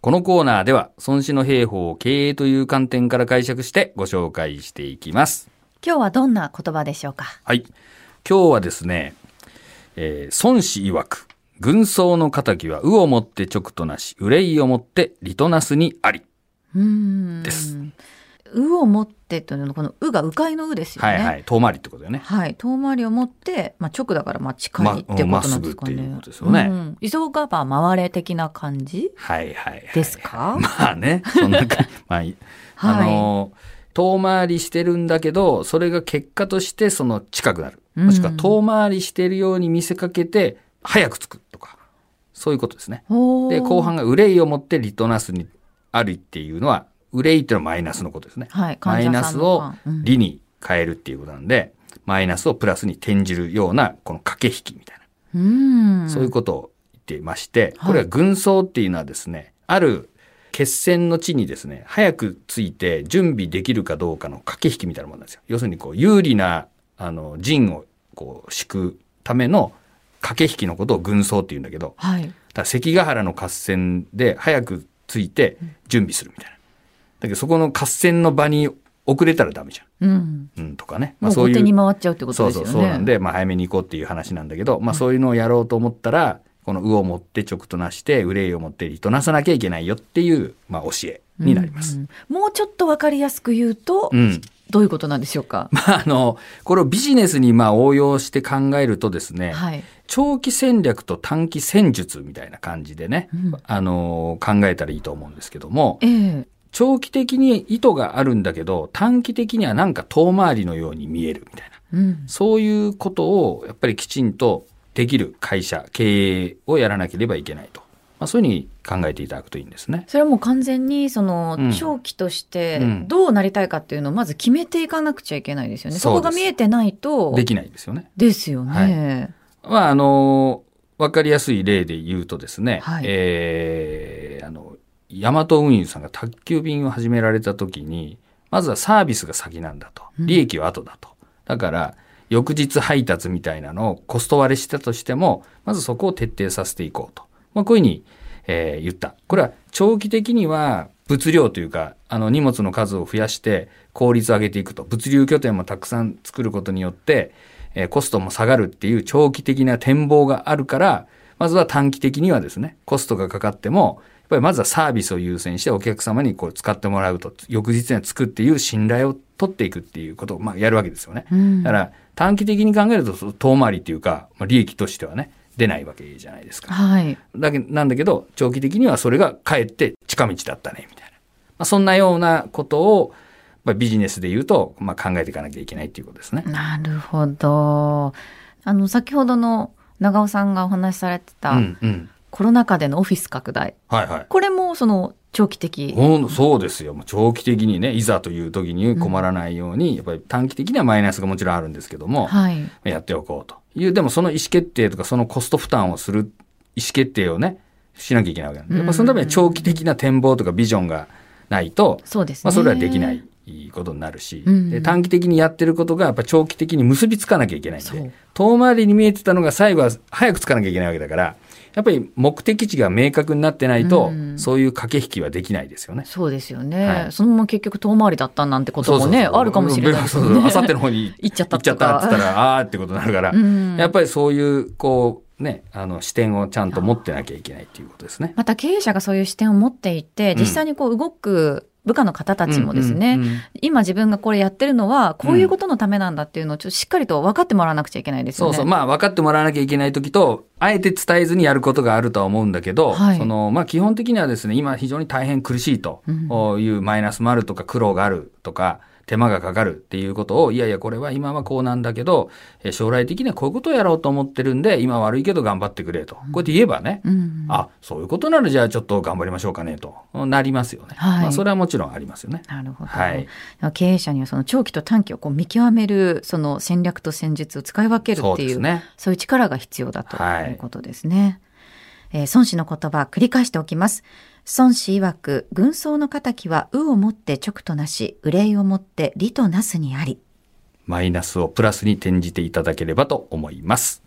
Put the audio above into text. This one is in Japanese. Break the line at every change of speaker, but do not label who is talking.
このコーナーでは、孫子の兵法を経営という観点から解釈してご紹介していきます。
今日はどんな言葉でしょうか
はい。今日はですね、えー孫子曰く、軍曹の敵は、右をもって直となし、憂いをもって利となすにあり。
うーん
です
うを持ってというのこのうが迂回のうですよね
はいはい。遠回りってことだよね。
はい遠回りを持って、まあ、直だからまあ近いってこと
ま
なんですかね。
うんまっすぐっていうことですよね
うん急がば回れ的な感じ
はいはいはい。
です か
まあね、そんな か、まあいい、
はい
あのー、遠回りしてるんだけど、それが結果としてその近くなる。もしくは
うん
遠回りしてるように見せかけて、早く着くとか、そういうことですね。
ほー
で、後半が憂いを持ってリトナスにあるっていうのは、憂いっていうのはマイナスのことですね。
はい、
マ
患
イ
者
ナ
さん
ス
の
を
感うん
理に変えるっていうことなんで、マイナスをプラスに転じるような、この駆け引きみたいな。
うん
そういうことを言っていまして、
はい
これは軍曹っていうのはですね、ある決戦の地にですね、早く着いて準備できるかどうかの駆け引きみたいなものなんですよ。要するにこう有利なあの陣をこう敷くための駆け引きのことを軍曹って言うんだけど、
はい
だから関ヶ原の合戦で早く着いて準備するみたいな。だけどそこの合戦の場に遅れたらダメじ
うん
ゃん。うん、とかね。
もう後手に回っちゃうってことですよね。
そうそうそうなんで、まあ、早めに行こうっていう話なんだけど、まあ、そういうのをやろうと思ったら、この「う」を持って直となして「憂い」を持って利となさなきゃいけないよっていう、まあ、教えになります。
うんうんもうちょっとわかりやすく言うと、
うん
どういうことなんでしょうか。
まあ、あのこれをビジネスにまあ応用して考えるとですね、
はい。
長期戦略と短期戦術みたいな感じでね、
うん
あの考えたらいいと思うんですけども
ええ
長期的に意図があるんだけど短期的にはなんか遠回りのように見えるみたいな。
うん。
そういうことをやっぱりきちんとできる会社、経営をやらなければいけないと。まあそういうふうに考えていただくといいんですね。
それはもう完全にその
うん
長期として
うん
どうなりたいかっていうのをまず決めていかなくちゃいけないですよね。
そ
そう
で
こ
す
が見えてないと
できないですよね。
ですよね。
まああの、わかりやすい例で言うとですね、
はい
えーあの、ヤマト運輸さんが宅急便を始められた時に、まずはサービスが先なんだと。
うん
利益は後だと。だから、翌日配達みたいなのをコスト割れしたとしても、まずそこを徹底させていこうと。まあ、こういうふうに、えー言った。これは長期的には物量というか、あの荷物の数を増やして効率を上げていくと。物流拠点もたくさん作ることによって、えーコストも下がるっていう長期的な展望があるから、まずは短期的にはですね、コストがかかっても、やっぱりまずはサービスを優先してお客様にこう使ってもらうと、翌日にはつくっていう信頼を取っていくっていうことをまあやるわけですよね。
うん
だから短期的に考えるとそう遠回りっていうか、まあ、利益としてはね、出ないわけじゃないですか。
はい。
だけなんだけど、長期的にはそれがかえって近道だったね、みたいな。まあ、そんなようなことを、まあ、ビジネスで言うと、まあ、考えていかなきゃいけないっていうことですね。
なるほど。あの先ほどの長尾さんがお話しされて
う
た
ん、うん。
コロナ禍でのオフィス拡大、
はいはい。
これもその長期的。
ほんそうですよ。もう長期的にね、いざという時に困らないように、やっぱり短期的にはマイナスがもちろんあるんですけども、
はい。
やっておこうという、でもその意思決定とかそのコスト負担をする意思決定をね、しなきゃいけないわけなんで、やっぱそのためには長期的な展望とかビジョンがないと、
そうですね。
まあそれはできないことになるし、
うん
で短期的にやってることがやっぱ長期的に結びつかなきゃいけないん
そう
で、遠回りに見えてたのが最後は早くつかなきゃいけないわけだから、やっぱり目的地が明確になってないと、
うん
そういう駆け引きはできないですよね。
そうですよね、
はい
そのまま結局遠回りだったなんてこともねあるかもしれないです
そ
よ
う
ね。
そうあさっての方に
行っちゃった
行っちゃ
と
っ
か
たって言ったら、あーってことになるから、
うん
やっぱりそういう、こう、ね、あの、視点をちゃんと持ってなきゃいけないっていうことですね。
また経営者がそういう視点を持っていて
うん
実際にこう動く部下の方たちもですね、
うんうんうん
今自分がこれやってるのはこういうことのためなんだっていうのをちょっとしっかりと分かってもらわなくちゃいけないです
そ
よ
う
ね。
そう。まあ、分かってもらわなきゃいけない時と、あえて伝えずにやることがあるとは思うんだけど、
はい
その、まあ、基本的にはですね、今非常に大変苦しいと
うん
いうマイナスもあるとか、苦労があるとか、手間がかかるっていうことを、いやいや、これは今はこうなんだけど、えー将来的にはこういうことをやろうと思ってるんで、今悪いけど頑張ってくれと。こうやって言えばね、
うん
あ、そういうことならじゃあちょっと頑張りましょうかねと、なりますよね。
はい
まあ、それはもちろんありますよね。
なるほど、
はい
経営者にはその長期と短期をこう見極めるその戦略と戦術を使い分ける
そ
っ
う
て
で
い
す
う
ね。
そういう力が必要だと
はい
いうことですね。えー孫子の言葉繰り返しておきます。孫子曰く、軍曹の敵は、うをもって直となし、憂いをもって利となすにあり。
マイナスをプラスに転じていただければと思います。